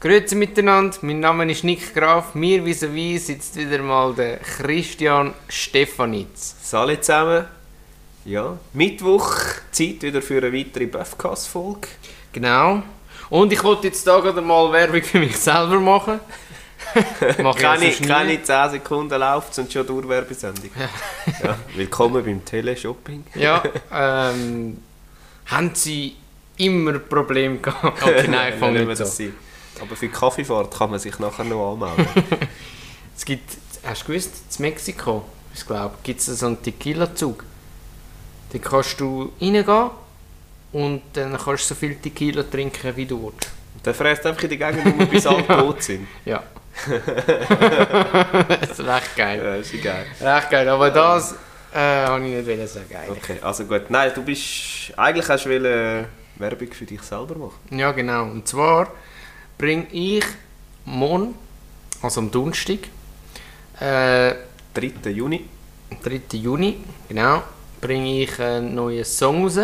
Grüezi miteinander, mein Name ist Nick Graf. Mir vis-à-vis sitzt wieder mal der Christian Stefanitz. Salut zusammen. Ja, Mittwoch, Zeit wieder für eine weitere Buffcast-Folge. Genau. Und ich wollte jetzt da gerade mal Werbung für mich selber machen. Mach Keine, sonst nie. keine 10 Sekunden läuft und schon durch Werbesendung. ja, willkommen beim Teleshopping. Ja, ähm, haben sie immer Probleme gehabt? Okay, nein, fang Nehmen wir nicht das so. sein. Aber für die Kaffeefahrt kann man sich nachher noch anmelden. Es gibt, hast du gewusst, in Mexiko, ich glaube, gibt es so einen Tequila-Zug. Da kannst du reingehen und dann kannst du so viel Tequila trinken, wie du willst. Dann fräst einfach in die Gegend rum, bis alle tot sind. Ja. das ist recht geil. Ja, ist egal. Recht geil, aber das äh, habe ich nicht wollen sagen. eigentlich. Okay, also gut. Nein, du bist... Eigentlich hast du wollen, äh, Werbung für dich selber machen. Ja, genau. Und zwar bringe ich morgen, also am Donnerstag, äh, 3. Juni. am 3. Juni, genau, bringe ich einen neuen Song raus.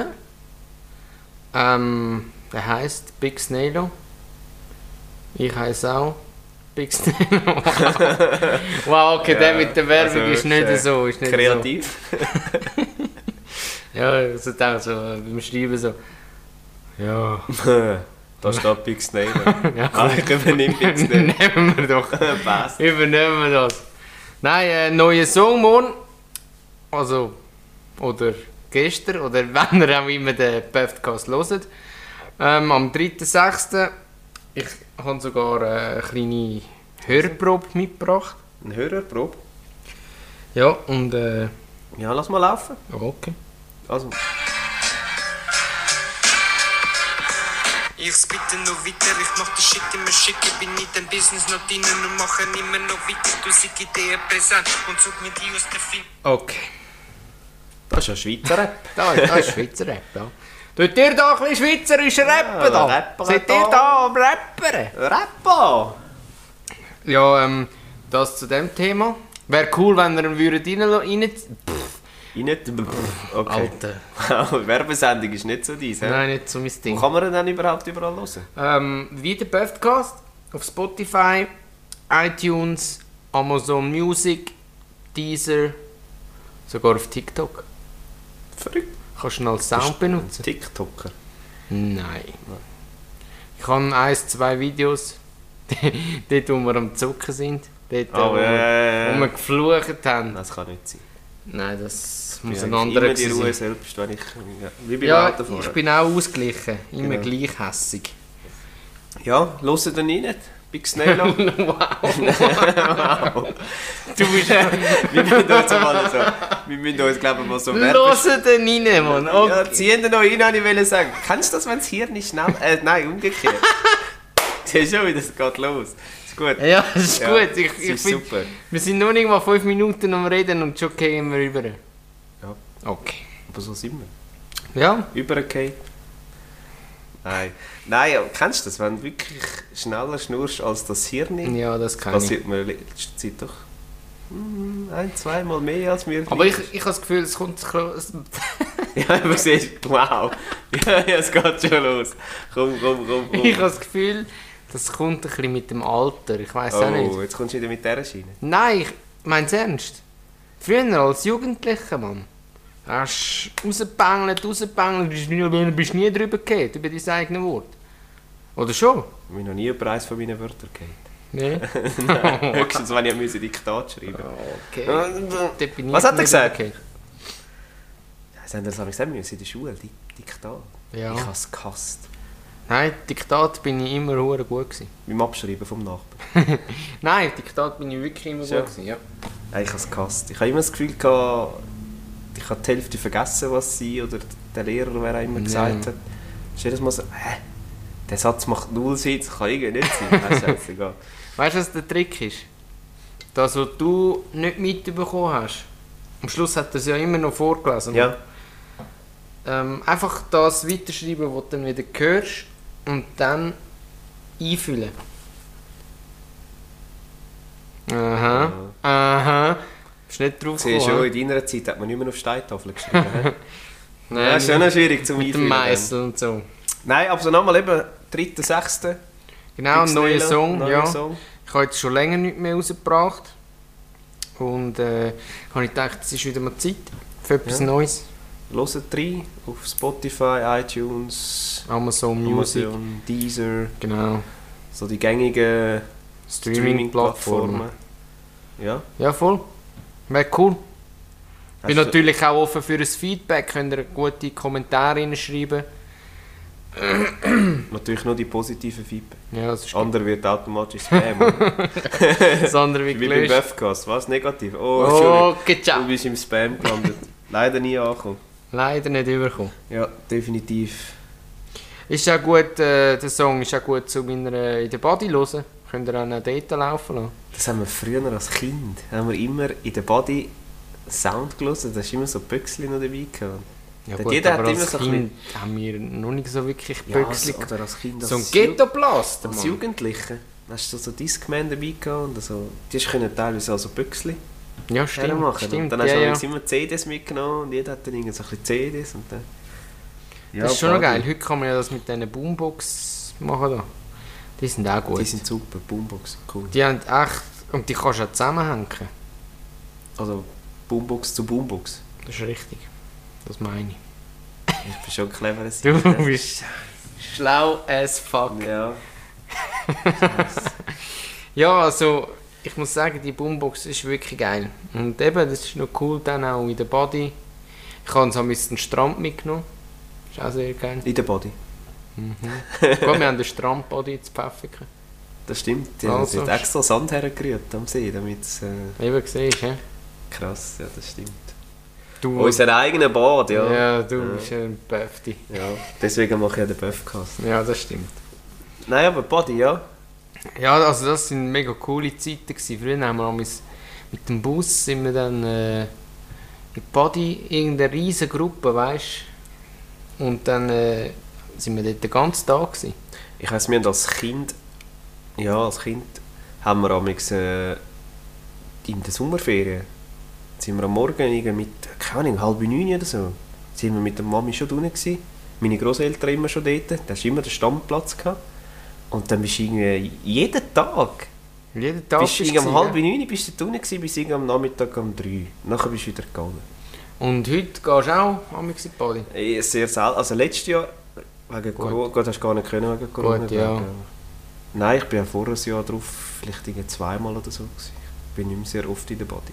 Ähm, der heißt Big Snailo. Ich heiße auch Big Snailo. wow, okay, der Ja, mit der Werbung also ist nicht ist, äh, so. Ist nicht so. Kreativ. Ja, ich so denke so äh, beim Schreiben so. Ja. da steht Big Snail. ja Ah, ich übernehme Big Snail. Nehmen wir doch. Passt. Übernehmen wir das. Nein, äh, neuer Song morgen. Also, oder gestern, oder wenn ihr auch immer den Podcast hört. Ähm, am 3.6. Ich habe sogar äh, eine kleine Hörprobe mitgebracht. Ein Hörerprobe. Ja, und äh, Ja, lass mal laufen. okay. Also, Ich spitte noch weiter, ich mach die Shit immer schicker, bin in dem Business noch drinnen und mache immer noch weiter, du sieg Ideen präsent und zog mir die aus der Fi Okay. das ist ja Schweizer Rap. Da, da ist Schweizer Rap, ja. Tut ihr da ein bisschen schweizerisch rappen da? Rapper Seid da. ihr da am Rapperen? Rapper! Ja, ähm, das zu dem Thema. Wäre cool, wenn ihr ihn würdet reinlassen würdet. Ich nicht. Okay. Alter. Wow, Werbesendung ist nicht so dies, hä? Nein, nicht so mein Wo Ding. kann man ihn denn überhaupt überall hören? Ähm, wie der Podcast auf Spotify, iTunes, Amazon Music, Deezer, sogar auf TikTok. Verrückt. Kannst du ihn als Sound benutzen? TikToker. Nein. Ich habe eins, zwei Videos, dort wo wir am Zucken sind, dort Oh, wo, ja, ja, ja. wo wir geflucht haben. Das kann nicht sein. Nein, das Ich muss ein habe immer anderer die gewesen Ruhe sein. selbst, wenn ich. Ja, wie beim Ja, ich Autofahren. bin auch ausgeglichen. Immer Genau. gleich hässig. Ja, hören dann nicht. Big Snail an. Du bist Wir müssen uns mal so. Wir müssen uns, glaube ich, mal so Werbes- Los den rein, Mann. Okay. Ja, ziehen den noch rein, habe ich wollte sagen. Kennst du das, wenn das Hirn nicht schnell. Äh, nein, umgekehrt. Siehst du schon, wie das geht los. Ist gut. Oh, Ja, das Äh, ist Ja, gut. Ich, das ich ist bin, super. Wir sind noch nicht mal fünf Minuten am Reden und schon gehen wir rüber. Ja. Okay. Aber so sind wir. Ja, Übergekehrt. Nein. Nein, aber kennst du das, wenn du wirklich schneller schnurst als das Hirn? Ja, ja das kann ich. passiert mir in letzter Zeit doch. mm, Ein, zweimal mehr als mir. Aber ich, ich habe das Gefühl, es kommt... es- Ja, aber siehst du, wow. Ja, ja, es geht schon los. Komm, komm, komm, komm. Ich habe das Gefühl, das kommt ein bisschen mit dem Alter. Ich weiß auch oh, nicht. jetzt kommst du wieder mit dieser Schiene. Nein, ich mein's ernst. Früher als Jugendlicher, Mann. Hast du rausgebängelt, rausgebängelt, bist nie, bist nie drüber gegangen, über dein eigenes Wort. Oder schon? Ich habe noch nie einen Preis von meinen Wörtern gegeben. Nee. Höchstens, wenn ich ein Diktat schreiben Okay. musste. Dort bin ich Äh, Was hat er nie gesagt? drüber Das haben wir das gesagt, wir müssen in der Schule, Di- Diktat. Ja. Ich habe es gehasst. gegangen. Nein, Diktat bin ich immer hure gut gewesen. Beim Abschreiben vom Nachbarn. Nein, Diktat bin ich wirklich immer So. gut gewesen, ja. Nein, ich habe es gehasst. Ich habe immer das Gefühl gehabt, ich habe die Hälfte vergessen, was sie oder der Lehrer, wer auch immer gesagt Ja. hat. Es ist jedes Mal so, hä? Der Satz macht null Sinn, das kann irgendwie nicht sein. Nein, scheißegal. Weißt du, was der Trick ist? Das, was du nicht mitbekommen hast. Am Schluss hat er es ja immer noch vorgelesen. Ja. Ähm, einfach das weiterschreiben, was du dann wieder hörst und dann einfüllen. Aha, aha. Bist nicht drauf Siehst du, gekommen, hä? in deiner Zeit hat man nicht mehr auf Steintafeln geschrieben. hä? Nein, ja, ist schon noch schwierig zum mit dem dann. Meißel und so. Nein, aber so nochmal eben, 3.6. Genau, ein neuer X-Nela, Song. neuer ja. Song. Ich habe jetzt schon länger nichts mehr rausgebracht. Und äh, habe ich gedacht, es ist wieder mal Zeit für etwas Ja. Neues. Hört rein auf Spotify, iTunes, Amazon Music. Amazon, Deezer, Genau. so die gängigen Streaming-Plattformen. Streaming-Plattformen. ja. ja, voll. Wäre cool. Ich bin Hast du- natürlich auch offen für ein Feedback. Könnt ihr gute Kommentare reinschreiben. Natürlich nur die positiven Feedback. Ja, das ist Das andere wird automatisch Spam. oder? das andere wie Wie beim gelöscht. Buffcast. Was? Negativ? Oh, Oh, Entschuldigung. Du ciao. bist im Spam gelandet. Leider nie angekommen. Leider nicht überkommen. Ja, definitiv. Ist ja gut, äh, der Song ist ja gut zu meiner äh, in der Body hören. Könnt ihr auch noch dort laufen lassen. Das haben wir früher als Kind. Haben wir immer in der Body Sound gelesen. Da ist immer so Büchsli noch dabei. Gehabt. Ja, Der Dieter hat aber immer als so ein Kind haben wir noch nicht so wirklich Ja, Büchse also- oder als Kind. So ein als Ju- Ghetto-Blast, Als Mann. Jugendliche. Hast du so Discman dabei gehabt und so. Die können teilweise also Büchsli Ja, stimmt, hermachen. und stimmt. dann ja, ja. hast du ja. immer CDs mitgenommen und jeder hat dann irgendwie so ein bisschen CDs und dann. Ja, Das ist schon noch Body. geil. Heute kann man ja das mit diesen Boombox machen. Da. Die sind auch gut. Die Die, sind super, Boombox, cool. haben echt... Und die kannst du auch zusammenhängen. Also Boombox zu Boombox. Das ist richtig. Das meine ich. Ich bin schon clever. Du bist schlau as fuck. Ja. Ja, also ich muss sagen, die Boombox ist wirklich geil. Und eben, das ist noch cool dann auch in der Body. Ich habe uns am den Strand mitgenommen. Ist auch sehr geil. In der Body. Gut, wir haben den Strandbody zu Pfäffiken. Das stimmt. Die Also. haben jetzt extra Sand hergerührt am See, damit es äh, Eben gesehen, hä? krass, ja das stimmt. Du, Unser eigener Bad, ja. ja. du bist ein Päfti. Ja, Deswegen mache ich ja den Buffcast. Ja, das stimmt. Nein, aber Body, ja. Ja, also das sind mega coole Zeiten gewesen. Früher haben wir am mis- mit dem Bus sind wir dann äh, mit Buddy in der riesen Gruppe, weißt? Und dann äh, sind wir dort den ganzen Tag gewesen. Ich weiß, wir haben als Kind, ja, als Kind haben wir amigs äh, in der Sommerferien sind wir am Morgen irgendwie mit, keine Ahnung, halb neun oder so, sind wir mit der Mami schon unten gewesen. Meine Großeltern immer schon dort, da hast du immer den Stammplatz gehabt. Und dann bist du irgendwie jeden Tag, Jeden Tag bist du bist irgendwie um gewesen, halb neun bist du da unten gewesen, bis irgendwie am Nachmittag um drei. Nachher bist du wieder gegangen. ja. Und heute gehst du auch am Mixed Buddy. Eh, Sehr selten. Also letztes Jahr wegen Corona. Gut, hast du gar nicht können wegen Corona. Gut, ja. wegen- Nein, ich bin ja vorher Jahr drauf, vielleicht irgendwie zweimal oder so. Gewesen. Ich bin nicht mehr sehr oft in der Body.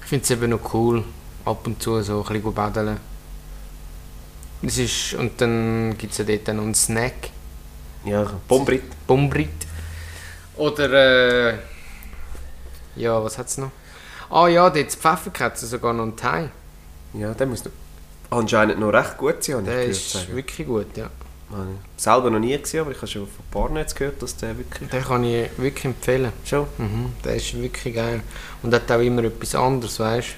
Ich finde es eben noch cool, ab und zu so ein bisschen baden. Das ist, und dann gibt es ja dort noch einen Snack. Ja, Bombrit. Bombrit. Oder äh, ja, was hat's noch? Ah ja, dort in Pfäffiken hat's ja sogar noch einen Thai. Ja, der muss noch, anscheinend noch recht gut sein, habe ich Der gehört. ist sagen. wirklich gut, ja. Habe ich selber noch nie gesehen, aber ich habe schon von ein paar Netz gehört, dass der wirklich... Den kann ich wirklich empfehlen. Schon. Mhm, der ist wirklich geil. Und hat auch immer etwas anderes, weißt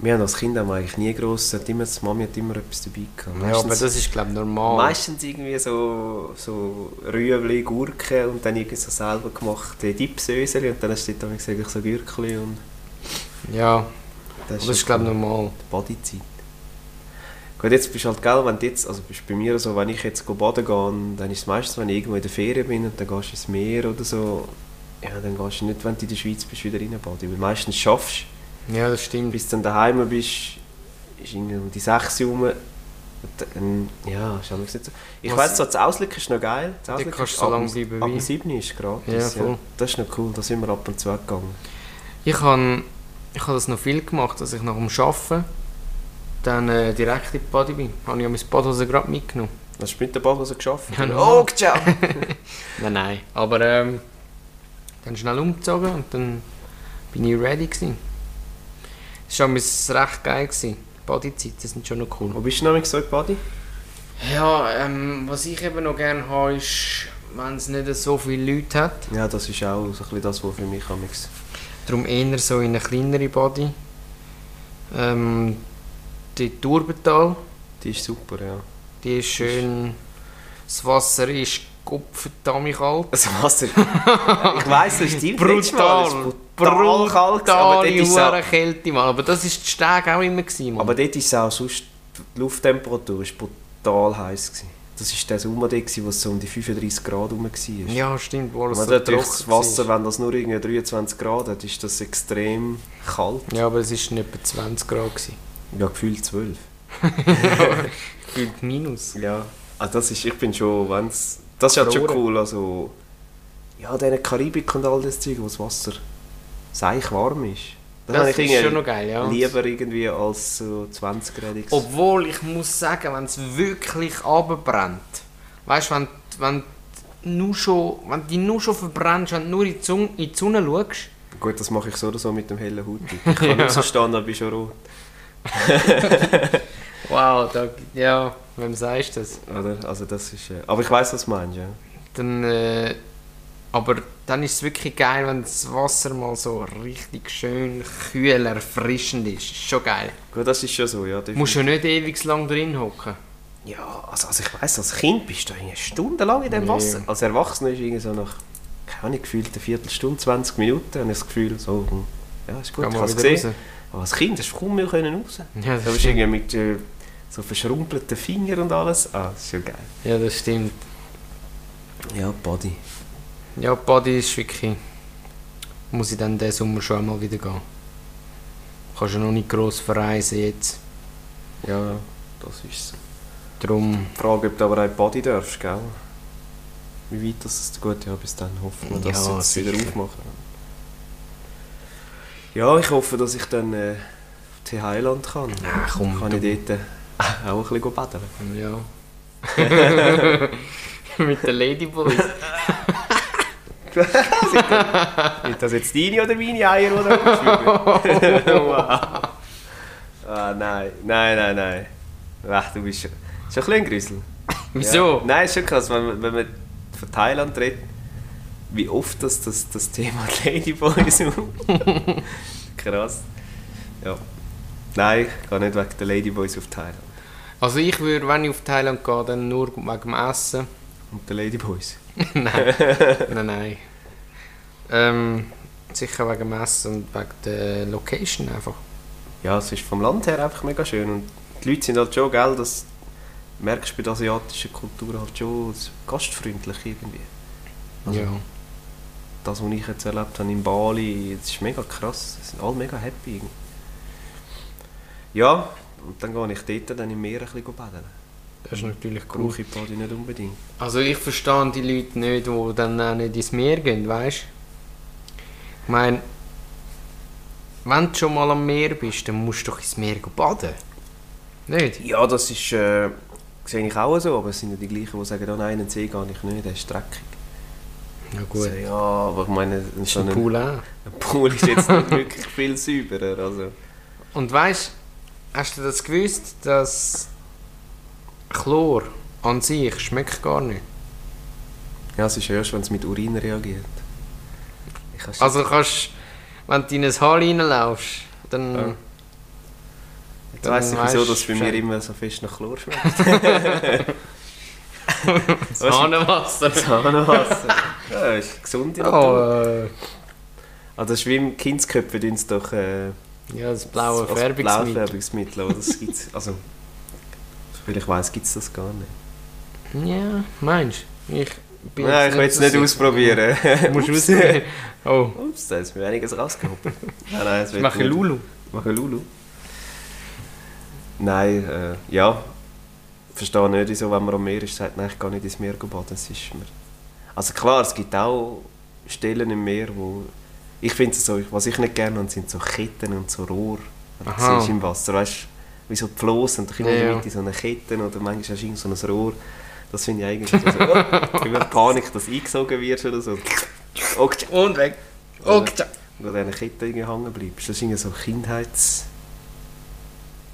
Wir haben als Kind haben wir eigentlich nie gross, hat immer, die Mami hat immer etwas dabei gehabt. du? Ja, aber das ist glaube ich normal. Meistens irgendwie so, so Rüebli, Gurken und dann irgendwie so selber gemachte Dipsöseli und dann hast du dort manchmal wirklich so Gürkli und Ja, aber das das ist schon glaube ich normal. die Bodyzeit. Gut, jetzt bist du halt, gell, wenn du jetzt, also bist du bei mir so, wenn ich jetzt go baden gehe, dann ist es meistens, wenn ich irgendwo in der Ferien bin und dann gehst du ins Meer oder so, ja, dann gehst du nicht, wenn du in der Schweiz bist, wieder rein baden, weil meistens schaffst Ja, das stimmt. bis du dann daheim bist, ist irgendwie um die 6 Uhr rum. Und dann, ähm, ja, ist alles nicht so. Ich Was- weiss, so, das Ausblick ist noch geil. Das Ausblick kannst ist du so ab lange dem- bleiben Ab wie- dem 7 Uhr ist es Ja, gratis. Ja, voll. Das ist noch cool, da sind wir ab und zu gegangen. Ich habe ich hab das noch viel gemacht, dass ich nach dem Arbeiten dann äh, direkt in die Body bin. Habe ich ja meine Badhose gerade mitgenommen. Hast du mit der Ball so geschafft? Ja, oh, ciao! Nein, nein. Aber ähm, dann schnell umgezogen und dann bin ich ready gewesen. Das war damals recht geil gewesen. Bodyzeiten sind schon noch Wo cool. bist du nämlich so in Body? Ja, ähm, was ich eben noch gerne habe, ist, wenn es nicht so viele Leute hat. Ja, das ist auch so ein bisschen das, was für mich am liebsten- Darum eher so in eine kleinere Body. Ähm, die Turbental, Die ist super, ja. die ist schön. Das Wasser ist gopferdammt kalt. Das Wasser. Also, ich weiss, das ist die Brutal! brutal kalt, aber dort ist es auch- Brutale Kälte, Mann. Aber das war die Steg auch immer. Gewesen, Mann. Aber dort ist es auch sonst, die Lufttemperatur war brutal heiß. Gewesen. Das war der Sommer, der war, wo es so um die 35 Grad herum war. Ja, stimmt, wo alles Wenn so der dicht trockenes Wasser, war. wenn das nur irgendwie 23 Grad hat, ist das extrem kalt. Ja, aber es war nicht etwa 20 Grad. Gewesen. Ja, gefühlt 12. Gefühlt minus. Ja, also das ist, ich bin schon, wenn's, das ist halt schon Verloren. cool, also, ja, diese Karibik und all das Zeug, wo das Wasser seich warm ist. Das habe ist irgendwie schon noch geil, ja. Lieber irgendwie als so 20 Gradiges. Obwohl, ich muss sagen, wenn es wirklich abbrennt, weißt du, wenn, wenn, du nur schon, wenn du dich nur schon verbrennst und nur in die, Sonne, in die Sonne schaust, Gut, das mache ich so oder so mit dem hellen Hut. Ich kann nicht so stehen, aber bin schon rot. wow, da, ja, wem sagst du das? Oder? Also das ist, äh, aber ich weiß was du meinst, ja. Dann, äh, aber dann ist es wirklich geil, wenn das Wasser mal so richtig schön kühl, erfrischend ist. Ist schon geil. Gut, das ist schon so, ja. Du musst ja nicht ewig lang drin hocken. Ja, also, also ich weiß, als Kind bist du irgendwie stundenlang in dem Nee. Wasser. Als Erwachsener ist irgendwie so nach, keine Ahnung, gefühlt eine Viertelstunde, 20 Minuten, habe ich das Gefühl, so, hm, ja, ist gut, Geh ich mal habe es wieder gesehen. raus. Aber als Kind hast du kaum mehr können raus. Ja, das da bist du stimmt. irgendwie mit äh, so verschrumpelten Fingern und alles. Ah, das ist ja geil. Ja, das stimmt. Ja, Body. Ja, Body ist wirklich. Muss ich dann diesen Sommer schon einmal wieder gehen. Kannst ja noch nicht gross verreisen jetzt. Ja, ja, das ist so. Drum. Die Frage, ob du aber auch Body darfst, gell? Wie weit das ist gut, ja, bis dann hoffen wir, Ja, dass sie das wieder sicher. aufmachen. Ja, ich hoffe, dass ich dann äh, zu Heiland kann. Ah, komm, kann ich dort äh, auch ein bisschen baden. Ja. Mit den Ladyboys. Sind das jetzt deine oder meine Eier, die da rumschwimmen? Wow. ah, nein, nein, nein, nein. Ach, du bist schon, schon ein bisschen ein Grüssel. Wieso? Ja. Nein, ist schon krass, wenn, man- wenn man von Thailand redet, wie oft das, das, das Thema Ladyboys auf. krass. Ja. Nein, ich gehe nicht wegen der Ladyboys auf Thailand. Also, ich würde, wenn ich auf Thailand gehe, dann nur wegen dem Essen. Und der Ladyboys. nein. nein, nein. Ähm, sicher wegen dem Essen und wegen der Location einfach. Ja, es ist vom Land her einfach mega schön. Und die Leute sind halt schon, gell, das merkst du bei der asiatischen Kultur halt schon das gastfreundlich irgendwie. Also- Ja. Das, was ich jetzt erlebt habe in Bali, das ist mega krass. Sie sind alle mega happy. irgendwie. Ja, und dann gehe ich dort dann im Meer ein bisschen baden. Das ist natürlich cool. Brauche ich die Body nicht unbedingt. Also ich verstehe die Leute nicht, die dann auch nicht ins Meer gehen, weißt du? Ich meine, wenn du schon mal am Meer bist, dann musst du doch ins Meer gehen baden. Nicht? Ja, das ist, äh, sehe ich auch so, aber es sind ja die gleichen, die sagen, oh nein, in den See gehe ich nicht, der ist dreckig. Ja So, ja, aber ich meine, Ist so ein ein Pool auch. ein Pool ist jetzt nicht wirklich viel sauberer. Also. Und weißt hast du das gewusst, dass Chlor an sich schmeckt gar nicht? Ja, es ist erst, wenn es mit Urin reagiert. Ich kann Also kannst, wenn du in ein Haar reinlaufst, dann... Ja. jetzt dann weiss ich, wieso weisst das bei schon. mir immer so fest nach Chlor schmeckt. Zahnwasser. Zahnwasser. Ja, ist gesund in der Oh, Natur. äh, Also das ist wie im Kindsköpfen tun sie doch äh, ja, das blaue als Färbungsmittel. Färbungsmittel, oder? Das gibt's, also, soviel ich weiß, gibt es das gar nicht. Ja, meinst du? Ich bin Nein, ich will es nicht so- ausprobieren. Musst du ausprobieren. Oh, Ups, da ist mir einiges rausgehoben. nein, nein, das will ich mache nicht. Lulu. Machen Lulu? Nein, äh, ja. Ich verstehe nicht, wieso, wenn man am Meer ist, sagt, nein, ich gehe nicht ins Meer baden. Das ist mir... Also klar, es gibt auch Stellen im Meer, wo... Ich finde es so, was ich nicht gerne habe, sind so Ketten und so Rohr. Wenn du Aha. siehst im Wasser, weißt du, wie so die Flossen, und immer Ja, in der ja. Mitte so eine Kette oder manchmal hast du irgend so ein Rohr. Das finde ich eigentlich so, so oh, ich habe Panik, dass du eingesogen wirst oder so. Oh, tja. Und weg. Oh, Okay. Und an dieser Kette irgendwie hängen bleibst. Das ist irgendwie so Kindheits...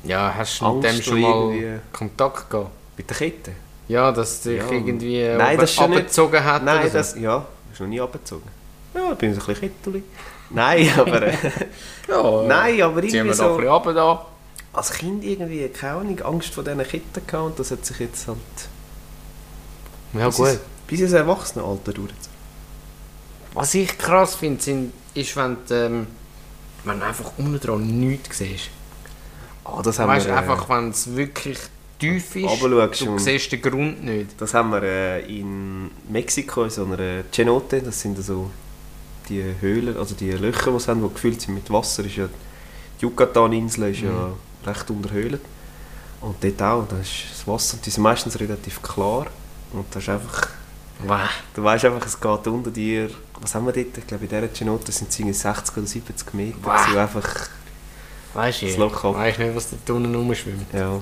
Ja, hast du mit Angst dem schon oder mal irgendwie- Kontakt gehabt? Mit der Kette? Ja, dass dich Ja. irgendwie äh, Nein, das ist ja nicht- abgezogen hat Nein, oder so. das, ja, ist noch nie abgezogen. Ja, ich bin so ein bisschen Ketteli. Nein, aber, äh, Ja, äh, nein, aber Ziehen irgendwie wir doch ein so... bisschen runter da. Als Kind irgendwie, keine Ahnung, Angst vor diesen Ketten gehabt und das hat sich jetzt halt... Ja, bis Oh, gut. ins- Bis ins Erwachsenenalter durchgezogen. Was ich krass finde, sind- ist, wenn du, ähm, wenn du einfach unten dran nichts siehst. Ah, das haben Weißt wir... äh, du, einfach, wenn es wirklich tief ist, Runterschaust du und- siehst den Grund nicht. Das haben wir äh, in Mexiko, in so einer Cenote, das sind so die Höhlen, also die Löcher, die sie haben, die gefüllt sind mit Wasser, ist ja die Yucatan-Insel ist ja recht unterhöhlt. Und dort auch, da ist das Wasser, die sind meistens relativ klar und das ist einfach, Wow. du weißt einfach, es geht unter dir, was haben wir dort, ich glaube in dieser Cenote sind es irgendwie 60 oder 70 Meter, Wow. so einfach, Weißt du, Das Loch ab. weißt nicht, was da unten rumschwimmt. ja,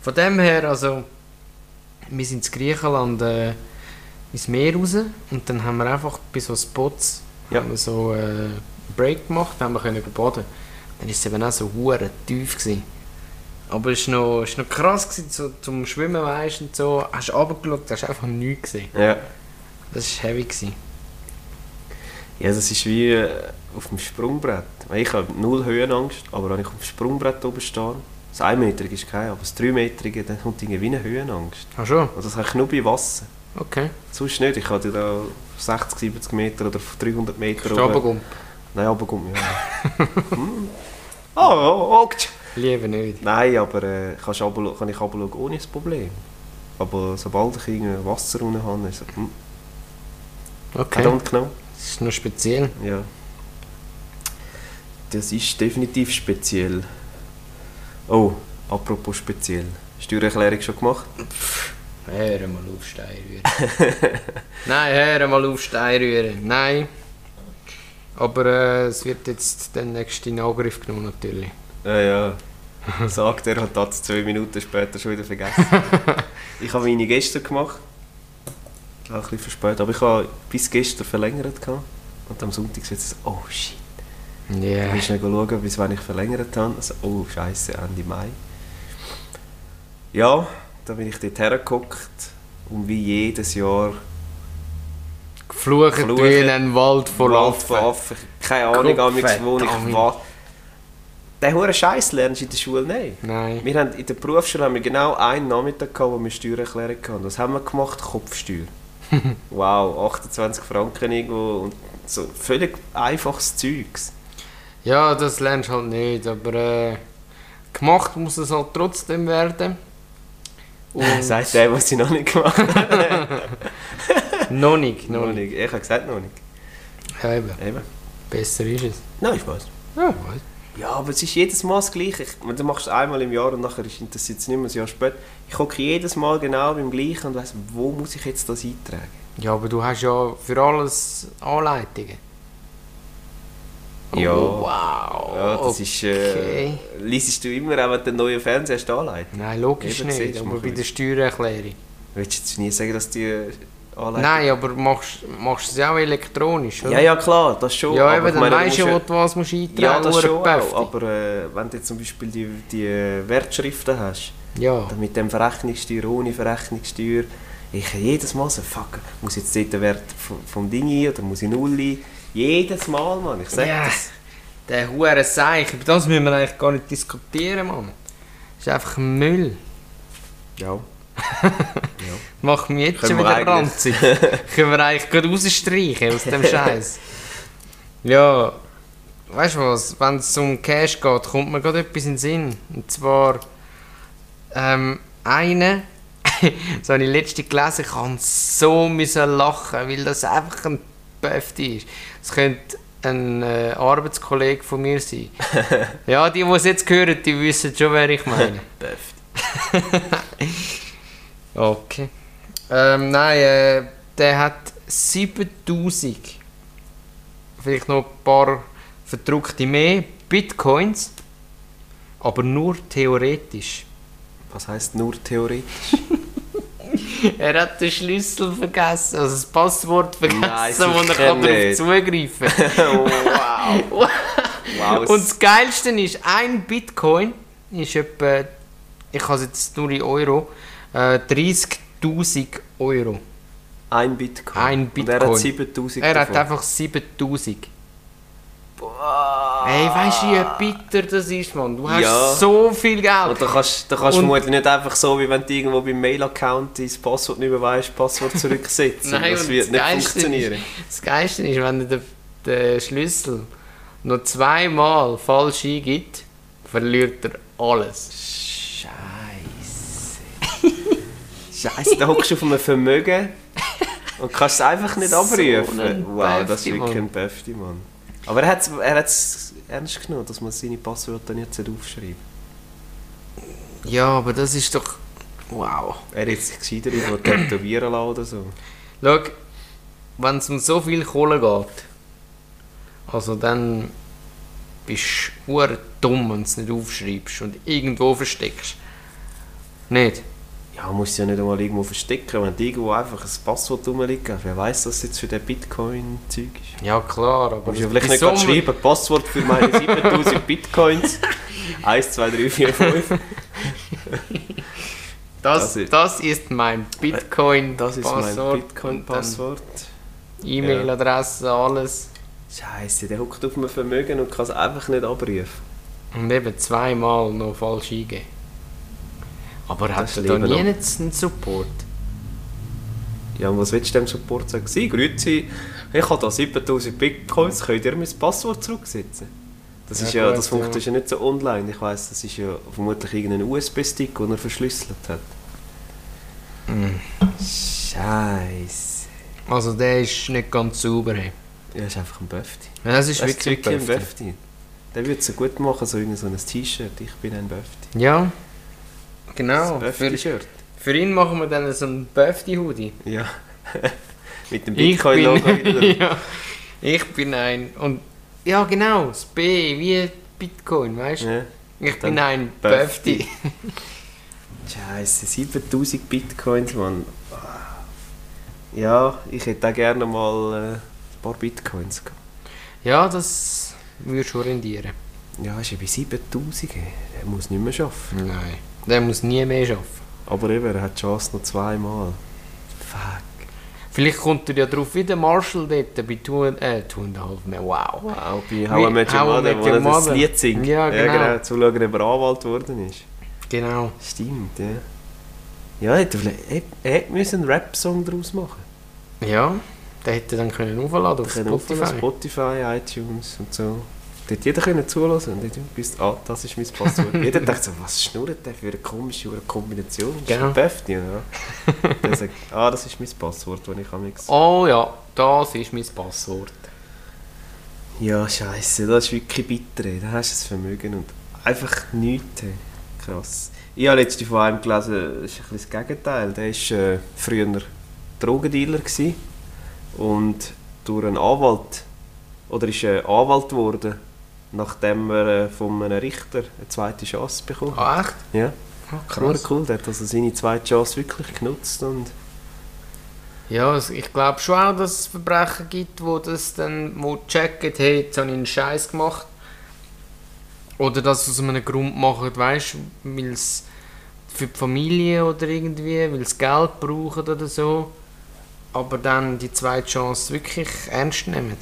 Von dem her, also, wir sind in Griechenland äh, ins Meer raus und dann haben wir einfach bei so Spots Ja. haben wir so äh, einen Break gemacht, dann haben wir können überbaden. Dann ist es eben auch so hure tief gewesen. Aber es war noch, es ist noch krass gewesen, so, zum Schwimmen weisst und so. Hast du runtergeschaut, hast einfach nichts gesehen. ja. Das war heavy. Gewesen. Ja, das ist wie äh, auf dem Sprungbrett. Ich habe null Höhenangst, aber wenn ich auf dem Sprungbrett oben stehe, das 1-metrige ist kein, aber das 3-metrige, dann kommt irgendwie eine Höhenangst. Ach schon? Und das habe ich nur bei Wasser. Okay. Sonst nicht, ich hatte da 60, 70 Meter oder 300 Meter Strabagump. Nein, runtergekommen, ja. Hm. Ah, ja, oh, tsch. Lieber nicht. Nein, aber äh, kannst runter- kann ich runterschauen ohne das Problem. Aber sobald ich irgendwie Wasser unten habe, ist es... Hm, Okay. verdammt genau. Das ist noch speziell. Ja. Das ist definitiv speziell. Oh, apropos speziell. Steuererklärung schon gemacht? Hör mal auf, Steinrühren. Nein, hör mal auf, Steinrühren. Nein. Aber äh, es wird jetzt demnächst in Angriff genommen, natürlich. Ja, ja. Sagt er und hat es zwei Minuten später schon wieder vergessen. ich habe meine gestern gemacht. Auch ein bisschen verspätet. Aber ich habe bis gestern verlängert. Gehabt. Und am Sonntag sitzt es, oh shit. Ja. Ich bin schnell schauen, bis wann ich verlängert habe. Also, oh, scheiße, Ende Mai. Ja, da bin ich dort hergeguckt und wie jedes Jahr Geflucht Geflucht. wie in einen Wald vor Waffe, Laffen. Waffe. Keine Ahnung, Gruppe, amigs, wo ich Dami. war. Den hohen Scheiß lernst du in der Schule nicht. Nein. Wir haben in der Berufsschule haben wir genau einen Nachmittag gehabt, wo wir Steuererklärung hatten. Was haben wir gemacht? Kopfsteuer. wow, 28 Franken irgendwo und so völlig einfaches Zeugs. Ja, das lernst du halt nicht, aber äh, gemacht muss es halt trotzdem werden. Und Sagt der, was ich noch nicht gemacht habe. noch nicht, noch nicht. Ich habe gesagt, noch nicht. Ja, eben. Eben. Besser ist es. Nein, ich weiß. Ja, ich weiss. Ja, aber es ist jedes Mal das Gleiche. Ich, du machst es einmal im Jahr und nachher ist- interessiert es nicht mehr ein Jahr später. Ich gucke jedes Mal genau beim Gleichen und weiss, wo muss ich jetzt das eintragen? ja, aber du hast ja für alles Anleitungen. Ja. Oh, wow. Ja, das ist... Äh, okay. liesest du immer, auch wenn du einen neuen Fernseher hast, anleiten? Nein, logisch Eben, siehst nicht, du, aber mach bei ich. der Steuererklärung. Willst du jetzt nie sagen, dass die äh, Anleitung... Nein, aber machst, machst du es auch elektronisch, oder? Ja, Oh, ja, klar, das schon. Ja, aber eben, ich dann meine, weißt du, musst wo du was musst eintragen Ja, das oder schon Päfti. auch, aber äh, wenn du jetzt zum Beispiel die, die äh, Wertschriften hast, Ja, dann mit dem Verrechnungssteuer, ohne Verrechnungssteuer, ich habe jedes Mal so, fuck, muss jetzt dort der Wert vom, vom Ding ein oder muss ich null ein? Jedes Mal, Mann, ich sag Ja. das. der hure Seich, über das müssen wir eigentlich gar nicht diskutieren, Mann. Das ist einfach Müll. Ja. Macht mich jetzt schon Können wir wieder eigentlich- ranzig. Können wir eigentlich gerade rausstreichen aus dem Scheiß. Ja, weißt du was, wenn es um Cash geht, kommt mir gerade etwas in den Sinn. Und zwar, ähm, eine, so habe ich letzte gelesen, ich habe so müssen lachen, weil das einfach ein Böfti ist. Es könnte ein äh, Arbeitskollege von mir sein. ja, die, die es jetzt hören, die wissen schon, wer ich meine. Böft. Okay. Ähm, nein, äh, der hat 7000, vielleicht noch ein paar verdruckte mehr, Bitcoins, aber nur theoretisch. Was heisst nur theoretisch? Er hat den Schlüssel vergessen, also das Passwort vergessen, Nein, wo er sicher kann darauf nicht. zugreifen wow. wow. Und das Geilste ist, ein Bitcoin ist etwa, ich habe es jetzt nur in Euro, äh, 30.000 Euro. ein Bitcoin. Ein Und er Bitcoin. hat 7000 Er hat davon. einfach 7000. Boah. Hey, weißt du, wie bitter das ist, Mann? Du hast Ja. so viel Geld. Und da kannst, da kannst du Und- vermutlich nicht einfach so, wie wenn du irgendwo beim Mail-Account dein Passwort nicht mehr weißt, Passwort zurücksetzen. das und wird nicht Geilste funktionieren. Ist, das Geilste ist, wenn er den, den Schlüssel noch zweimal falsch eingibt, verliert er alles. Scheiße. Scheiße, da hockst du auf einem Vermögen und kannst es einfach nicht So abrufen. ein wow, das ist Päfti, wirklich Mann. ein Päfti, Mann. Aber er hat es er hat's ernst genommen, dass man seine Passwörter nicht aufschreiben Ja, aber das ist doch. Wow. Er hat sich gescheiter irgendwo tätowieren lassen oder so. Schau, wenn es um so viel Kohle geht, also dann bist du hure dumm, wenn du es nicht aufschreibst und irgendwo versteckst. Nicht? Ja, du musst es ja nicht einmal irgendwo verstecken, wenn du irgendwo einfach ein Passwort rumliegt. Wer weiß, was jetzt für den Bitcoin-Zeug ist. Ja, klar, aber. Du musst ja vielleicht nicht wieso gerade schreiben, Passwort für meine 7000 Bitcoins. 1, 2, 3, 4, 5. Das, Das ist- Äh, das ist mein Das ist Bitcoin-Passwort. mein Bitcoin-Passwort. und dann E-Mail-Adresse, alles. Scheiße, der hockt auf einem Vermögen und kann es einfach nicht abrufen. Und eben zweimal noch falsch eingeben. Aber hat ist er da Leben, nie oder? einen Support? Ja, und was willst du dem Support sagen? Sie, grüezi, ich habe da 7000 Bitcoins, könnt ihr mein Passwort zurücksetzen? Das, Ja, ist ja, gut, das ja. funktioniert ja nicht so online. Ich weiss, das ist ja vermutlich irgendein USB-Stick, den er verschlüsselt hat. Mhm. Scheiße. Also der ist nicht ganz sauber. Hey. Ja, ist einfach ein Böfti. Ja, Das ist Das ist wirklich, wirklich ein Böfti. Böfti. Der würde es so gut machen, so, irgend so ein T-Shirt. Ich bin ein Böfti. Ja, genau. Ein Für, Böfti-Shirt. für ihn machen wir dann so einen Böfti-Hoodie. Ja. Mit Ich bin, dem Bitcoin-Logo wieder. ja, ich bin ein... Und, ja genau, das B wie Bitcoin, weißt du? Ja. Ich dann bin ein Böfti. Böfti. Scheiße, 7000 Bitcoins, Mann. Ah. Ja, ich hätte auch gerne mal äh, ein paar Bitcoins gehabt. Ja, das würde schon rendieren. Ja, ist ja bei 7000, ey. der muss nicht mehr arbeiten. Nein. Der muss nie mehr arbeiten. Aber eben, er hat die Chance noch zweimal. Fuck. Vielleicht kommt er ja drauf wie der Marshall dort bei Two, and- äh, two and a Half Men, wow. Wow, bei Wie How I Met Your How I Mother, Met wo er Your das Mother. Lied singt. Ja, genau. Zuschauen, ob er Anwalt geworden ist. Genau. Stimmt, ja. Ja, hätte er vielleicht... hätte- Er hätte müssen einen Rap-Song daraus machen Ja, der hätte dann können aufladen auf Ich hätte Spotify. Spotify. Spotify, iTunes und so. Dort jeder können zulassen und du bist, ah, das ist mein Passwort. jeder denkt so, was schnurrt der für eine komische Ur- Kombination? Das ist Genau. ein Päffchen, ja. Der sagt, ah, das ist mein Passwort, das ich am Oh ja, das ist mein Passwort. Ja, scheiße, das ist wirklich bitter. ey. Da hast du ein Vermögen und einfach nichts. ey. Krass. Ich habe letztens von einem gelesen, das ist ein bisschen das Gegenteil. Der war äh, früher Drogendealer gewesen und durch einen Anwalt, oder ist äh, Anwalt geworden, nachdem er äh, von einem Richter eine zweite Chance bekommen hat. Ah, echt? Ja, Ah, cool, krass. cool. Der hat also seine zweite Chance wirklich genutzt und Ja, es- ich glaube schon auch, dass es Verbrechen gibt, wo das dann wo checken, hey, jetzt habe ich einen Scheiß gemacht. Oder das aus einem Grund machen, weißt du, weil es für die Familie oder irgendwie, weil es Geld brauchen oder so. Aber dann die zweite Chance wirklich ernst nehmen.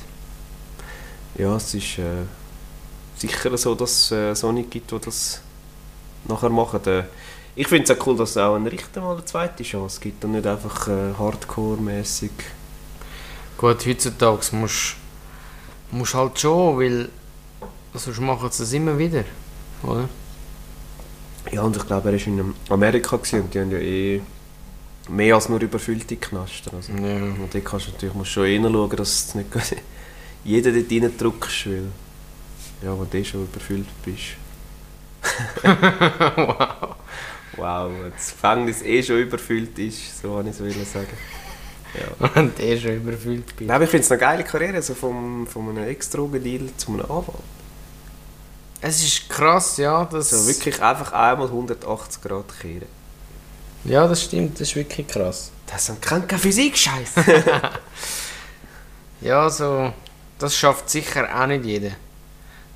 Ja, es ist äh, sicher so, dass es äh, so nicht gibt, die das nachher machen. Äh, ich finde es auch cool, dass es auch einem Richter mal eine zweite Chance gibt und nicht einfach äh, hardcore-mäßig. Gut, heutzutage musst musst halt schon, weil sonst machen sie es immer wieder, oder? Ja, und ich glaube, er war in Amerika gewesen, und die haben ja eh mehr als nur überfüllte Knasten. Also, Ja. und da kannst du natürlich musst schon hineinschauen, dass du nicht jeden dort reindrückst, weil ja, wenn du eh schon überfüllt bist. wow. Wow, wenn das Gefängnis eh schon überfüllt ist, so wollte ich es sagen. Ja. Und eh schon überfüllt bist. Nein, aber ich finde es eine geile Karriere, so vom, von einem Ex-Drogendeal zu einem Anwalt. Es ist krass, ja. Das So wirklich einfach einmal 180 Grad kehren. Ja, das stimmt, das ist wirklich krass. Das ist kein physik scheiß Ja, so, das schafft sicher auch nicht jeder.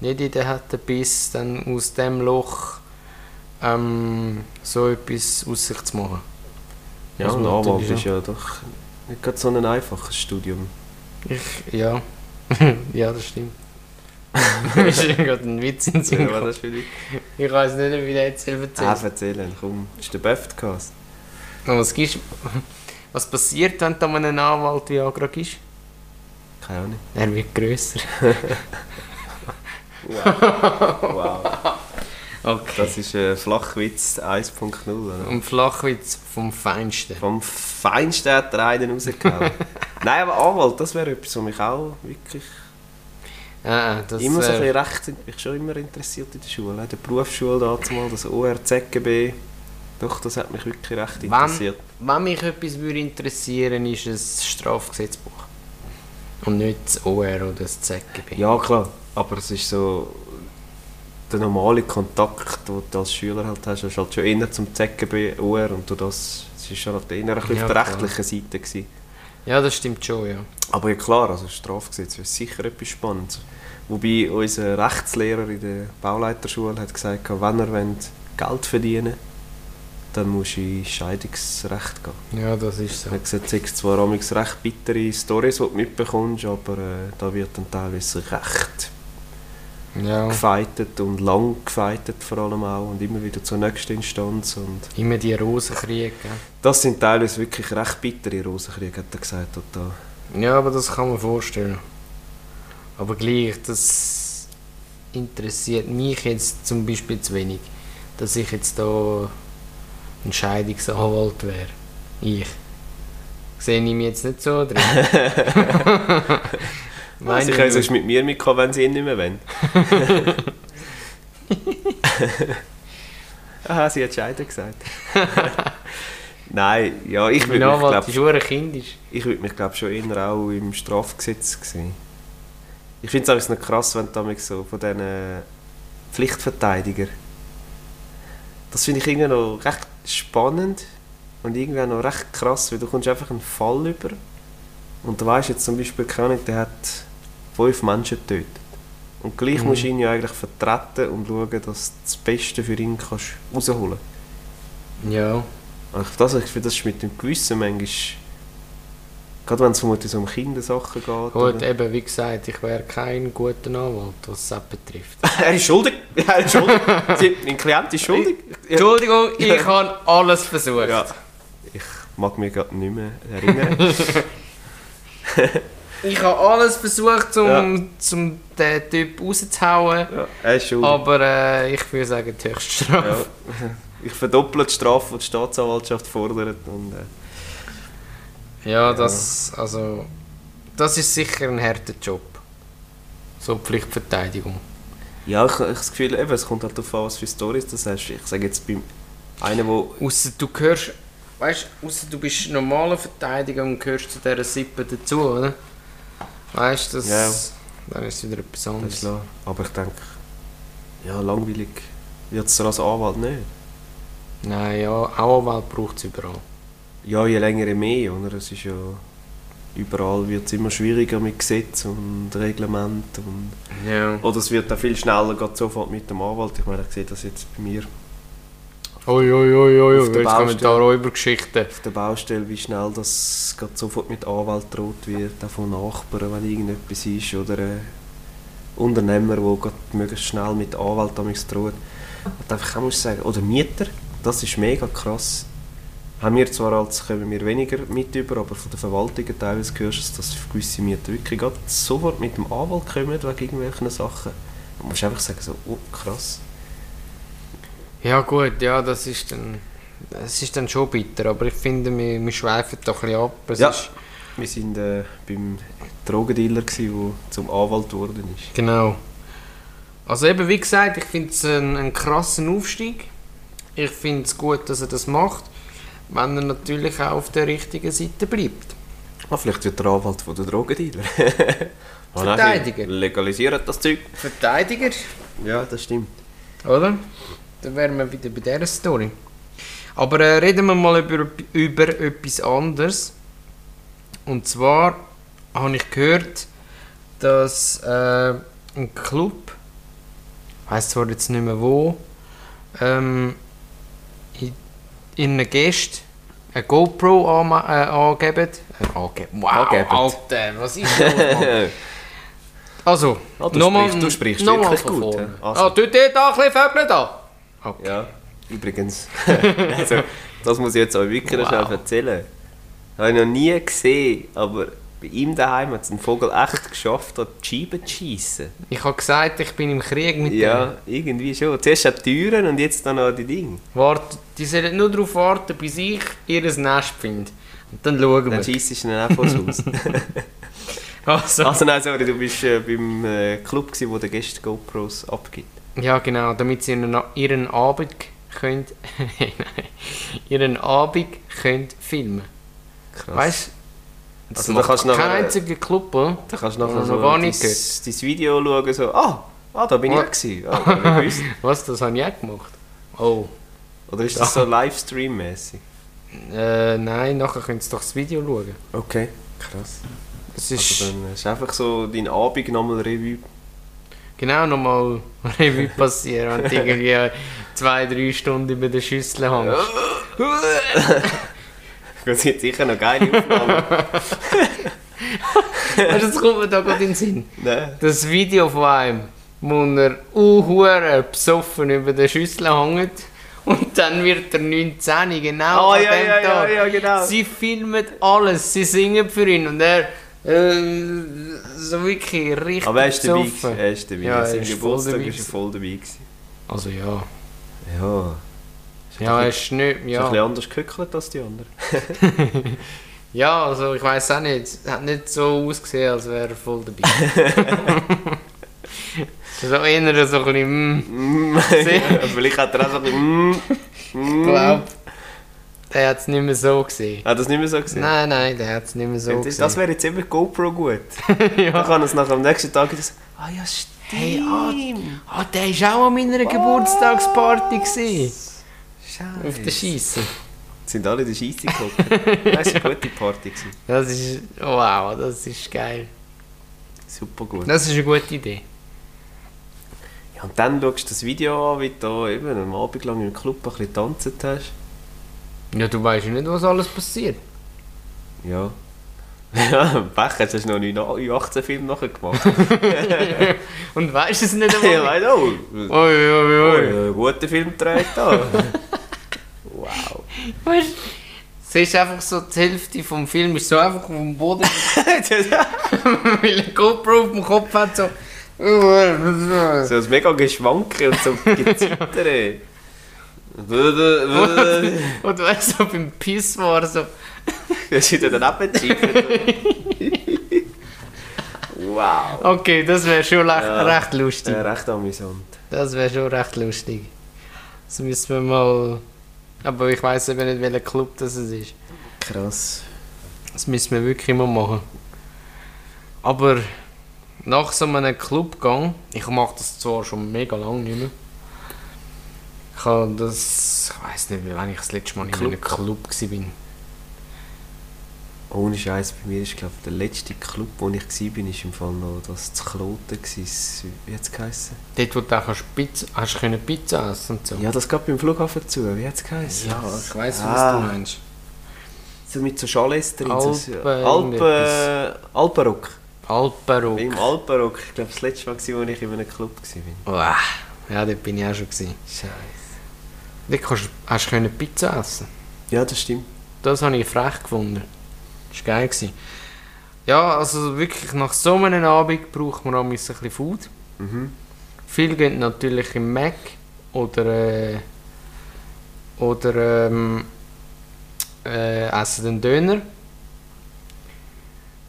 Nicht jeder hat den Biss, dann aus dem Loch ähm, so etwas aus sich zu machen. Ja, Das ein macht Anwalt natürlich ist ja doch nicht gerade so ein einfaches Studium. Ich, ja. ja, das stimmt. ist mir gerade ein Witz in den Sinn Ja, gekommen. das will ich. Ich weiß nicht, ob ich den jetzt selber Ah, erzähle. erzählen, komm. Das ist der Böftcast. Was, gibst- was passiert, wenn du einem Anwalt Viagra gibst? Keine Ahnung. Er wird grösser. Wow. wow. Okay. Das ist äh, Flachwitz 1.0. oder? Und Flachwitz vom Feinsten. Vom Feinsten hat er einen rausgehauen. Nein, aber Anwalt, das wäre etwas, was mich auch wirklich Äh, das, immer so ein äh, bisschen recht sind. Mich schon immer interessiert in der Schule. ne? Der Berufsschule damals, das ORZGB. Doch, das hat mich wirklich recht wenn, interessiert. wenn mich etwas würde interessieren ist es Strafgesetzbuch. Und nicht das OR oder das ZGB. Ja, klar. Aber es ist so. Der normale Kontakt, den du als Schüler halt hast, ist halt schon eher zum ZGB, OR und du das. Es ist schon halt eher ein bisschen Ja, auf der klar. rechtlichen Seite. Gewesen. ja, das stimmt schon, ja. Aber ja klar, also das Strafgesetz ist sicher etwas Spannendes. Wobei unser Rechtslehrer in der Bauleiterschule hat gesagt, wenn er wollt, Geld verdienen dann musst du in Scheidungsrecht gehen. Ja, das ist Er so. hat gesagt, es gibt zwar amigs recht bittere Storys, die du mitbekommst, aber äh, da wird dann teilweise recht Ja. gefeitet und lang gefeitet vor allem auch und immer wieder zur nächsten Instanz und Immer die Rosenkriege. gell? das sind teilweise wirklich recht bittere Rosenkriege, hat er gesagt. Und da Ja, aber das kann man vorstellen. Aber gleich, das interessiert mich jetzt zum Beispiel zu wenig. Dass ich jetzt da ein Scheidungsanwalt wäre. Ich. Sehe ich mich jetzt nicht so drin. Meine Sie können sonst Also, mit mir mitkommen, wenn sie ihn nicht mehr wollen. Aha, sie hat Scheiden gesagt. Nein, ja, ich Mein würde mich, Anwalt ist glaub, hure kindisch. ich würd mich glaub, schon eher auch im Strafgesetz sehen. Ich finde es noch krass, wenn du damals so von diesen äh, Pflichtverteidiger. Das finde ich irgendwie noch recht spannend und irgendwie auch noch recht krass, weil du kommst einfach einen Fall über und du weißt jetzt zum Beispiel, keine Ahnung, der hat fünf Menschen getötet. Und gleich Mhm. musst du ihn ja eigentlich vertreten und schauen, dass du das Beste für ihn kannst rausholen Ja. kannst. Das, ich finde, das ist mit dem Gewissen manchmal, gerade wenn es vermutlich so um Kindersachen geht. Gut, oder- eben wie gesagt, ich wäre kein guter Anwalt, was das betrifft. er ist schuldig, er ist schuldig, Sie- mein Klient ist schuldig. Entschuldigung, ich habe alles versucht. Ja. Ich mag mich gerade nicht mehr erinnern. Ich habe alles versucht, um, Ja. um den Typ rauszuhauen. ja, er ist schuldig. Aber äh, ich würde sagen, die Ja. Höchststrafe. Ich verdopple die Strafe, die die Staatsanwaltschaft fordert. Und, äh, Ja. das also das ist sicher ein harter Job. So Pflichtverteidigung. ja, ich, ich habe das Gefühl, eben, es kommt halt darauf an, was für Storys das hast. Ich sage jetzt beim einen, wo Außer du gehörst, weißt, außer du bist normaler Verteidiger und gehörst zu dieser Sippe dazu, oder? Weißt du, das Ja. dann ist wieder etwas Das ist anderes. klar. Aber ich denke, ja, langweilig wird es als Anwalt nicht. Nein, ja, auch Anwalt braucht es überall. Ja, je länger, je mehr. Oder? Es ist ja, überall wird es immer schwieriger mit Gesetz und Reglement. Und, Ja. oder es wird auch viel schneller, geht sofort mit dem Anwalt. Ich meine, ich sehe das jetzt bei mir Oi, oi, oi, oi, Auf oi, der jetzt kommen da Baustelle. Räubergeschichten. auf der Baustelle, wie schnell das grad sofort mit Anwalt droht wird, auch von Nachbarn, wenn irgendetwas ist, oder äh, Unternehmer, wo grad möglichst schnell mit Anwalt damit droht. Und einfach auch muss sagen, oder Mieter, das ist mega krass. Haben wir zwar als kommen wir weniger mit über, aber von der Verwaltung teilweise hörst du, es, dass gewisse Mieter wirklich grad sofort mit dem Anwalt kommen wegen irgendwelchen Sachen. Man muss einfach sagen, so, oh, krass. Ja gut, ja, das ist dann, das ist dann schon bitter, aber ich finde, wir, wir schweifen da ein bisschen ab. Es Ja. ist, Wir waren äh, beim Drogendealer, der zum Anwalt geworden ist. genau. Also eben, wie gesagt, ich finde es einen, einen krassen Aufstieg. Ich finde es gut, dass er das macht, wenn er natürlich auch auf der richtigen Seite bleibt. Ah, vielleicht wird der Anwalt von der Drogendealer. Verteidiger. Legalisiert das Zeug. Verteidiger, Ja, das stimmt. oder? Dann wären wir wieder bei dieser Story. Aber äh, reden wir mal über, über etwas anderes. Und zwar habe ich gehört, dass äh, ein Club, ich weiss zwar jetzt nicht mehr wo, ähm, in, in einem Gast eine GoPro an, äh, angeben. Äh, angeben. Wow, Angeben. Alter, was ist das? Mann? also, Ah, du nochmal- sprichst- du sprichst nochmal wirklich von gut, vorne. hä? Also. Ah, du dort da ein bisschen Vögel da. Okay. Ja, übrigens. also, das muss ich jetzt euch wirklich Wow. schnell erzählen. Habe ich noch nie gesehen, aber Bei ihm daheim hat es ein Vogel echt geschafft, an die Scheibe zu schiessen. Ich habe gesagt, ich bin im Krieg mit denen. Ja, irgendwie schon. Zuerst an die Türen und jetzt dann an die Dinge. Wart, die sollen nur darauf warten, bis ich ihr ein Nest finde. Und dann schauen Dann wir. schiessest du ihn auch vors Haus. Also, also nein, sorry, du bist äh, beim äh, Club, gewesen, wo der Gäste GoPros abgibt. ja, genau, damit sie ihren, ihren Abend könnt, nein, ihren Abend könnt filmen. Krass. Weißt du? Das Also, da macht kannst du kein nachher- einziger Club, oder? Da kannst du Hab nachher ich so noch gar dein, nicht dein Video schauen, so, ah, ah da bin Ah. ich auch gewesen. Ah, da hab ich gewusst. Was, das habe ich auch gemacht? Oh. Oder ist das so Livestream-mäßig? Äh, nein, nachher könnt ihr doch das Video schauen. Okay, krass. Es ist Also dann ist einfach so dein Abend nochmal Revue. genau nochmal Revue passieren und irgendwie zwei, drei Stunden über der Schüssel hängen. Das wird sicher noch geile Aufnahme. Weißt du, das kommt mir da gerade in den Sinn. Nein. Das Video von einem, wo er uhuere besoffen über der Schüssel hängt und dann wird er 19, genau Ah, an ja, dem ja, ja, Tag. ja, genau. Sie filmen alles, sie singen für ihn und er äh, so wirklich richtig Ah, Aber er ist dabei. gewesen, besoffen. Er ist dabei. Ja, Ja, er Sein ist voll Geburtstag dabei ist er gewesen. voll dabei. gewesen. Also ja. Ja. Ja, er ist nicht, Ist ein ja. bisschen anders gehöckelt als die anderen. Ja, also ich weiß auch nicht. Es hat nicht so ausgesehen, als wäre er voll dabei. so eher so ein bisschen, mm, Mm. Sehr. Vielleicht hat er auch so ein bisschen... mm, ich mm. glaube, der hat es nicht mehr so gesehen. Hat er das nicht mehr so gesehen? Nein, nein, der hat es nicht mehr so das das gesehen. wäre jetzt eben GoPro gut. Dann kann er es nachher am nächsten Tag wieder so... Ah ja, stimmt. Hey, ah, ah, der war auch an meiner Geburtstagsparty. Gewesen, Oh, Scheiße. auf der Scheisse. Sind alle in der Scheisse gekommen. das war eine gute Party. Gewesen. Das ist, wow, das ist geil. Super gut. Das ist eine gute Idee. Ja, und dann schaust du das Video an, wie du eben am Abend lang im Club ein bisschen getanzt hast. Ja, du weißt ja nicht, was alles passiert. Ja. Ja, Pech, jetzt hast du noch einen 18-Film nachher gemacht. Und weißt es nicht ja, einmal. weißt du, oh, Oi, oi, oh, oi. einen guten Film gedreht da. wow. Weißt du? Es ist einfach so, die Hälfte vom Film ist so einfach auf dem Boden, weil er GoPro auf dem Kopf hat, so. so ein mega Geschwanken und so Gezittern. das Und du weißt, so beim Piss war so. ist wieder daneben geschiffen. Wow. Okay, das wäre schon lach- Ja. recht Äh, lustig. recht amüsant. Das wäre schon recht lustig. Das müssen wir mal. Aber ich weiß eben nicht, welcher Club das es ist. Krass. Das müssen wir wirklich immer machen. Aber nach so einem Clubgang, ich mache das zwar schon mega lange nicht mehr. Ich habe das. Ich weiß nicht, wann ich das letzte Mal in einem Club war. Ohne Scheiß, bei mir ist glaube der letzte Club, wo ich war, war im Fall noch das zu Kloten. gsi, das- Wie hat es geheissen? Dort, wo du auch kannst Pizza, hast können Pizza essen und so. Ja, das gab beim Flughafen zu. Wie hat es geheissen? Ja, ich weiß, was Ah. du meinst. So mit so Chalets drin. so, Alpen- Alpen, Alpenrock. Alpero. Im Alpenrock. Ich glaube, das letzte Mal, gsi, wo ich in einem Club war. Uah. Ja, dort bin ich auch schon. Gewesen. Scheiße. Dort kannst, hast du können Pizza essen. Ja, das stimmt. Das habe ich frech gefunden. Das war geil. Gewesen. Ja, also wirklich nach so einem Abend braucht man auch ein bisschen Food. Mhm. Viel gehen natürlich im Mac oder, äh, oder ähm, äh, essen den Döner.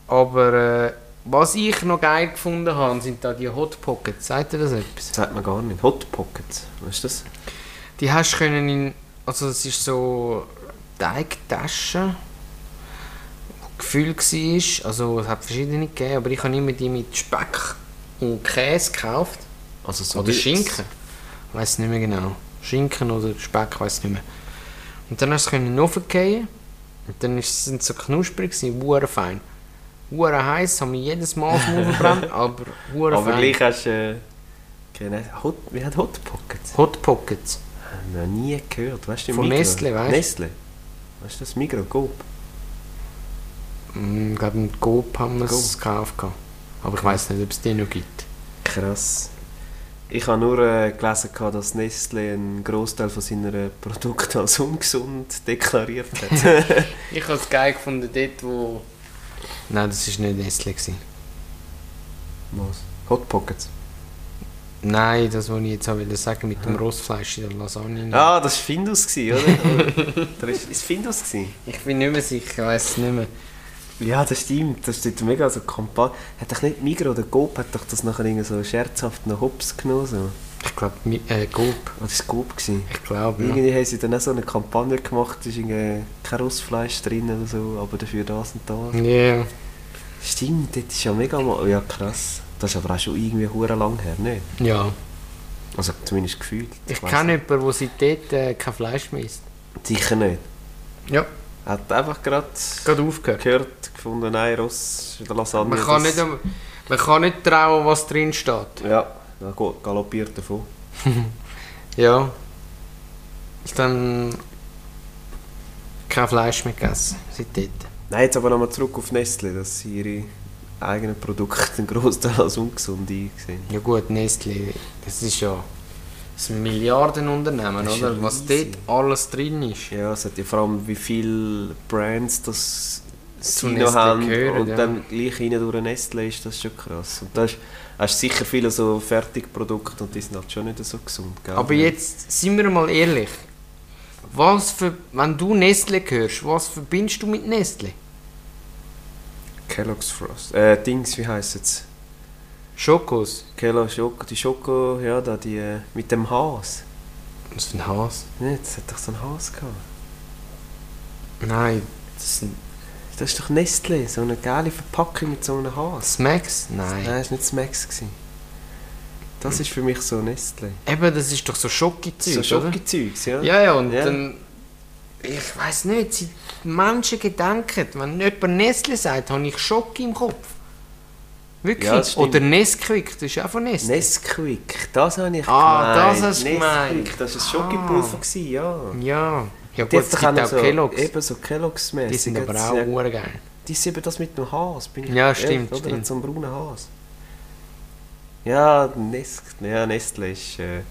Aber äh, was ich noch geil gefunden habe, sind da die Hot Pockets. Sagt ihr das etwas? Das sagt man gar nicht. Hot Pockets. Weißt du das? Die hast du können in. Also es ist so Teigtasche, wo Gefühl war. Also es hat verschiedene gegeben, aber ich habe immer die mit Speck und Käse gekauft. Also so Oder wie- Schinken. Ich weiß nicht mehr genau. Schinken oder Speck, ich weiß nicht mehr. Und dann hast du es können runterfallen. Und dann ist- sind sie so knusprig, gewesen, hure fein. Hure heiß, haben mich jedes Mal auf den Mund verbrannt, aber hure Aber fein. gleich hast du. Äh, keine- Hot, wie hat Hot Pockets? Hot Pockets. Hab ich Noch nie gehört. Weißt du, im Von Migros? Nestle, weißt du? Nestle. Weißt du das? Migros, Coop. Mm, Ich glaube, mit Coop haben wir es Coop. gekauft. gehabt. Aber ich weiß nicht, ob es den noch gibt. Krass. Ich habe nur äh, gelesen, gehabt, dass Nestle einen Großteil von seinen Produkten als ungesund deklariert hat. Ich habe es geil gefunden, dort, wo Nein, das war nicht Nestle. Gewesen. Was? Hot Pockets. Nein, das wollte ich jetzt auch wieder sagen mit dem Rostfleisch in der Lasagne. Ah, das war Findus, gewesen, oder? da war es Findus. Gewesen. Ich bin nicht mehr sicher, ich weiß es nicht mehr. Ja, das stimmt. Das ist dort mega so kompakt. Hat doch nicht Migros oder Coop hat doch das nachher irgendwie so scherzhaft noch hops genommen. So. Ich glaube, äh, Gob. Was war Coop? Gewesen? Ich glaube, ja. Irgendwie haben sie dann auch so eine Kampagne gemacht, da ist irgendwie kein Rostfleisch drin oder so, aber dafür das und das. Ja. Stimmt, das ist ja mega mal. Ja, krass. Das ist aber auch schon irgendwie hure lang her, nicht? Ja. Also zumindest gefühlt. Ich weiss kenne jemanden, der seit dort äh, kein Fleisch mehr isst. nicht. Sicher nicht. Ja, Hat einfach gerade gerade aufgehört. gehört, gefunden, nein, Ross in der Lasagne. Man kann, das- nicht, am- man kann nicht trauen, was drin steht. Ja, dann geht- galoppiert davon. Ja. Dann kein Fleisch mehr gegessen seit dort. Nein, jetzt aber nochmal zurück auf Nestle, dass ihre eigenen Produkte einen Großteil als ungesund eingesehen. Ja gut, Nestle, das ist ja ein Milliardenunternehmen, Das ist oder? ja Was riesig. dort alles drin ist. Ja, es hat ja vor allem, wie viele Brands das Zu sie noch Nestle haben gehören, und ja. dann gleich hinein durch Nestle ist das schon krass. Und da hast- hast du sicher viele so Fertigprodukte und die sind halt schon nicht so gesund, gell? Aber jetzt, sind wir mal ehrlich, was für, wenn du Nestle hörst, was verbindest du mit Nestle? Kellogg's Frost. Äh, Dings, wie heisst es? Schokos? Kellogg Schoko, die Schoko, ja, da die äh, mit dem Haas. Was für ein Hass? Nicht, das hat doch so ein Haas gehabt. Nein, das sind Das ist doch Nestle, so eine geile Verpackung mit so einem Haas. Smacks? Nein, Nein. das war nicht das Max. gewesen. Das ist für mich so Nestle. Eben, das ist doch so Schokizeug, So oder? Schokizeugs, ja. Ja, ja, und Ja. dann... Ich weiß nicht, seit Menschen gedenken, wenn jemand Nestle sagt, habe ich Schock im Kopf. Wirklich. Ja, das stimmt. oder Nesquik, das ist auch von Nestle. Nesquik, das habe ich Ah, gemeint. das hast du Nesquik, gemeint. das war ein Ah. Schokipulver, gewesen, ja. ja. Ja Die gut, es hat's doch gibt noch auch Kelloggs. Eben so kelloggs Die sind aber auch ja. geil. Die sind eben das mit dem Haas. Bin ich Ja, ehrlich, stimmt, Oder stimmt. so einem braunen Haas. Ja, Nes ja, Nestle ist äh, ein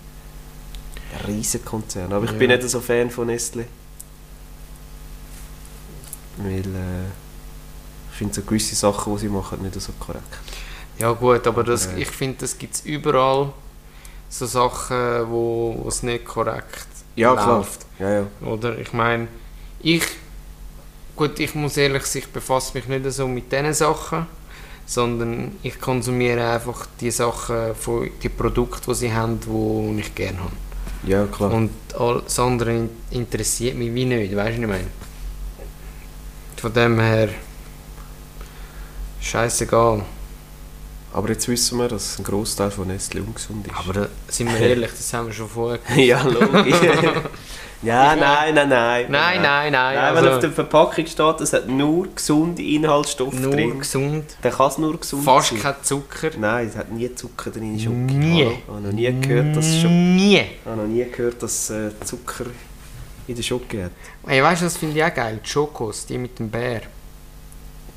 Riesenkonzern. Aber ich Ja. bin nicht so Fan von Nestle. Weil äh, ich finde so gewisse Sachen, die sie machen, nicht so korrekt. Ja gut, aber das, Ja. ich finde, das gibt es überall. So Sachen, wo es nicht korrekt Ja, klar. läuft. Ja, ja. Oder? Ich meine, ich. Gut, ich muss ehrlich sein, ich befasse mich nicht so mit diesen Sachen, sondern ich konsumiere einfach die Sachen, von, die Produkte, die sie haben, die ich gerne habe. Ja, klar. Und alles andere in- interessiert mich wie nicht, weißt du, was ich meine? Von dem her. Scheißegal. Aber jetzt wissen wir, dass ein Großteil von Nestle ungesund ist. Aber da, sind wir ehrlich, das haben wir schon vorher gemacht. ja, logisch. ja, nein, nein, nein. Nein, nein, nein. Nein, wenn auf also, der Verpackung steht, es hat nur gesunde Inhaltsstoffe nur drin. gesund. Dann kann es nur gesund Fast sein. kein Zucker. Nein, es hat nie Zucker drin. Schoki. Nie. Hallo? Ich habe noch nie gehört, dass, Scho Nie. ich habe noch nie gehört, dass äh, Zucker in der Schoki hat. Ey, weißt du, das finde ich auch geil. Die Schokos, die mit dem Bär,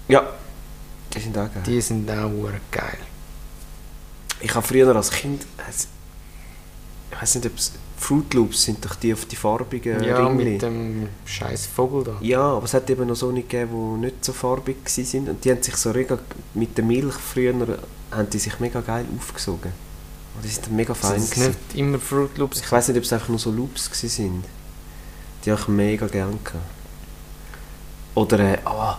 Ja. Die sind auch geil. die sind auch hure geil. Ich habe früher als Kind... es- Ich weiß nicht, ob es... Fruit Loops sind doch die auf die farbigen ja, Ringli. mit dem scheiß Vogel da. Ja, aber es hat eben noch solche gegeben, die nicht so farbig waren. Und die haben sich so mega, mit der Milch früher, haben die sich mega geil aufgesogen. Und die sind dann mega fein Sind es gewesen. nicht immer Fruit Loops? Ich weiss nicht, ob es einfach nur so Loops gewesen sind. Die habe ich mega gern gehabt. Oder, äh, ah,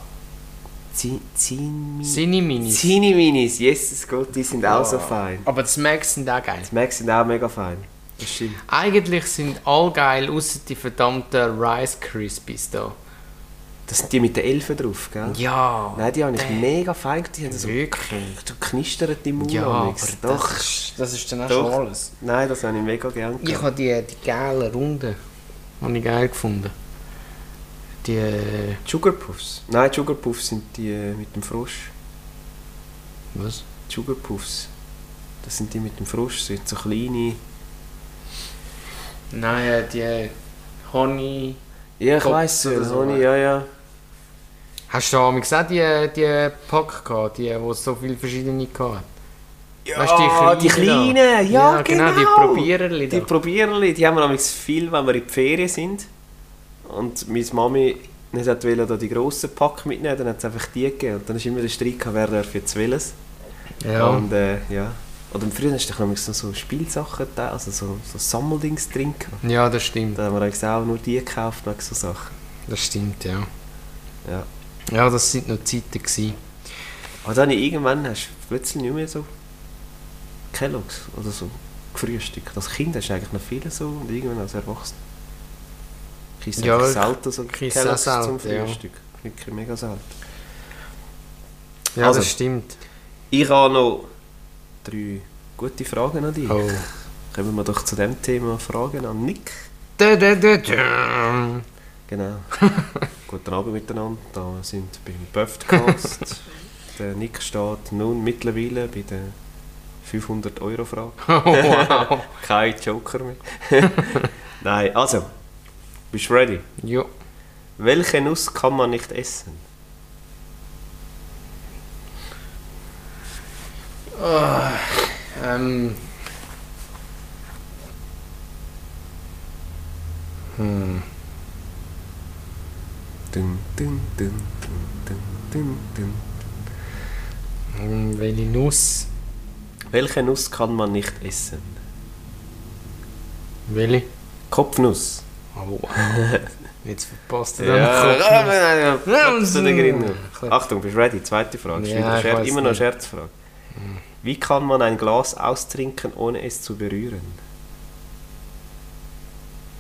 Zin, Zin, Sini Minis. Zini Minis, Jesus Gott, die sind Ja. auch so fein. Aber die Smacks sind auch geil. Die Max sind auch mega fein. Das stimmt. Eigentlich sind all geil, außer die verdammten Rice Krispies da. Das sind die mit den Elfen drauf, gell? Ja. Nein, die habe ich der- mega fein, gehabt. die haben so Wirklich? Du knistert im Mund Ja, am aber nächsten. doch. Doch. Das ist dann auch Doch. schon alles. Nein, das habe ich mega gerne Ich habe die, die geilen Runden, habe ich geil gefunden. Die... äh, Sugar Puffs. Nein, Sugar Puffs sind die äh, mit dem Frosch. Was? Sugar Puffs. Das sind die mit dem Frosch. Das sind so kleine. Nein, äh, die Honey... Ja, ich Pops weiss, oder äh, so, Honey, ne? ja, ja. Hast du damals auch die, die Pack gehabt, die, die so viele verschiedene hatten? Ja, Weißt du, die kleinen, ja, da? genau. Die Probiererli da. Die Probierli, die haben wir nämlich viel, wenn wir in die Ferien sind. Und meine Mami Nicht hat wollte da die grossen Pack mitnehmen, dann hat es einfach die gegeben. Und dann ist immer der Streit, gehabt, wer darf jetzt welches. Und äh, ja. Oder früher hast du doch manchmal so Spielsachen, da, also so, so Sammeldings drin gehabt. Ja, das stimmt. Da haben wir eigentlich auch nur die gekauft, wegen so Sachen. Das stimmt, ja. Ja. Ja, das sind noch Zeiten gewesen. Aber dann habe ich irgendwann hast du plötzlich nicht mehr so Kelloggs oder so gefrühstückt. Als Kind hast du eigentlich noch viele so und irgendwann als Erwachsener. Ich Ja, ja, selten so ich esse Kelloggs auch zum selten, ja. Frühstück. Wirklich mega selten. Ja, Also. das stimmt. Ich habe noch drei gute Fragen an dich. Oh. Kommen wir doch zu dem Thema Fragen an Nick. Da, da, da, da. Genau. Guten Abend miteinander. Da sind wir beim Podcast. der Nick steht nun mittlerweile bei der 500-Euro-Frage. Oh, wow. Kein Joker mehr. Nein, also. Bist du ready? ja. Welche Nuss kann man nicht essen? Ähm. Hm. Dun, dun, dun, dun, dun, dun, Hm, Welche Nuss? dun. Welche Nuss kann man nicht essen? Welche? Kopfnuss. Oh. Jetzt verpasst er Ja, dann noch. ja, Ja, ja, und- ja. Achtung, bist du ready? Zweite Frage. Ja, Ist wieder ich Scher weiß immer noch eine nicht. Scherzfrage. Wie kann man ein Glas austrinken, ohne es zu berühren?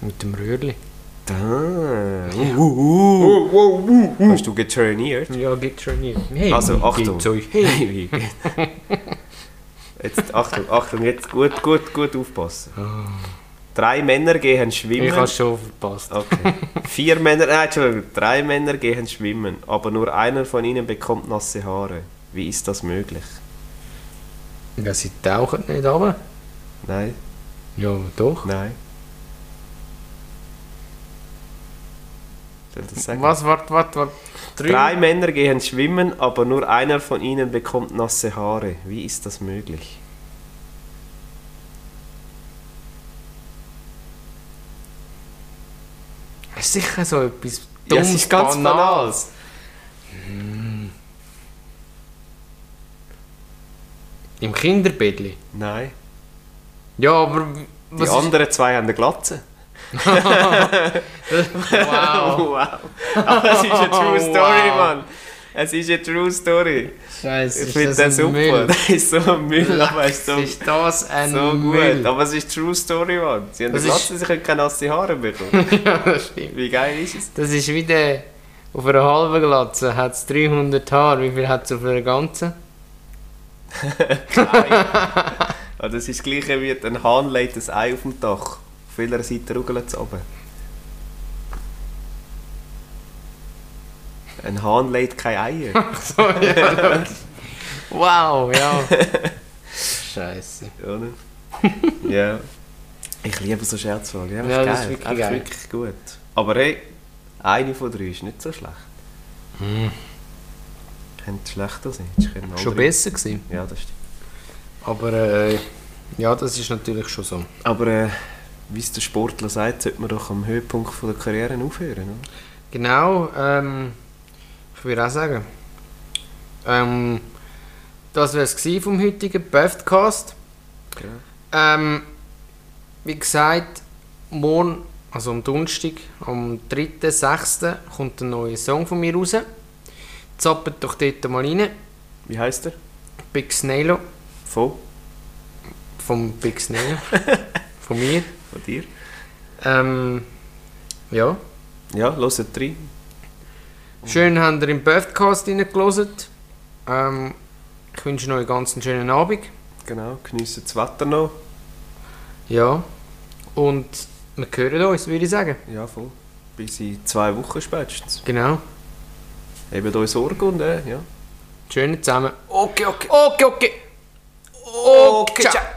Mit dem Röhrli. Da. Uh, Oh, uh, uh. Hast du getrainiert? Ja, geht schon nie. Hey, Also, wie Achtung. geht's euch? Hey. Wie geht's? Jetzt, Achtung, Achtung, jetzt gut, gut, gut aufpassen. Drei Männer gehen schwimmen. Oh. Ich habe schon verpasst. Okay. Vier Männer, nein, Entschuldigung, drei Männer gehen schwimmen, aber nur einer von ihnen bekommt nasse Haare. Wie ist das möglich? Ja, sie tauchen nicht runter. Nein, Ja, doch. nein. Soll ich das sagen? Was, warte, warte, warte. Drei Männer gehen schwimmen, aber nur einer von ihnen bekommt nasse Haare. Wie ist das möglich? Ist sicher so etwas Ja, dummes, es ist ganz Banales. Im Kinderbettli? Nein. Ja, aber w- Die was ist... anderen zwei haben eine Glatze. Wow. wow. Aber es ist eine True Story, Wow. Mann. Es ist eine True Story. Scheiße, Ich finde das super. Das ist so ein Müll, aber es ist so, Ist das ein so gut. Müll? Aber es ist True Story, Mann. Sie haben Das das Glatze, sie können keine nasse Haare bekommen. ja, das stimmt. Wie geil ist es? Das ist wie der... Auf einer halben Glatze hat es 300 Haare. Wie viel hat es auf einer ganzen? Aber das ist das gleiche wie ein Hahn legt ein Ei auf dem Dach. Auf welcher Seite ruggelt es oben? Ein Hahn legt keine Eier. So, ja, logisch. Wow, ja. Scheiße. Oder? ja. Ich liebe so Scherzfragen. Einfach Ja, geil. das ist wirklich Einfach geil. wirklich gut. Aber hey, eine von drei ist nicht so schlecht. Könnte schlechter sein. Jetzt können Hm. Schon andere- besser gewesen. Ja, das stimmt. Aber äh, ja, das ist natürlich schon so. Aber äh, wie es der Sportler sagt, sollte man doch am Höhepunkt von der Karriere aufhören. Oder? Genau, ähm, ich würde auch sagen, ähm, das wäre es vom heutigen Podcast. Genau. Ähm, wie gesagt, morgen, also am Donnerstag, am 3.6. kommt ein neuer Song von mir raus. Zappet doch dort mal rein. Wie heißt er? Big Snailo, Von? vom Big Snailo, von mir. Von dir? Ähm, ja. Ja, hört rein. Schön, habt ihr im Podcast reingelassen. Ähm, ich wünsche euch ganz einen schönen Abend. Genau, geniessen das Wetter noch. Ja. Und wir hören uns, würde ich sagen. Ja, voll. Bis in zwei Wochen spätestens. Genau. Eben euch Sorge und äh, ja. Schön zusammen. Okay, okay. Okay, okay. Okay, ciao.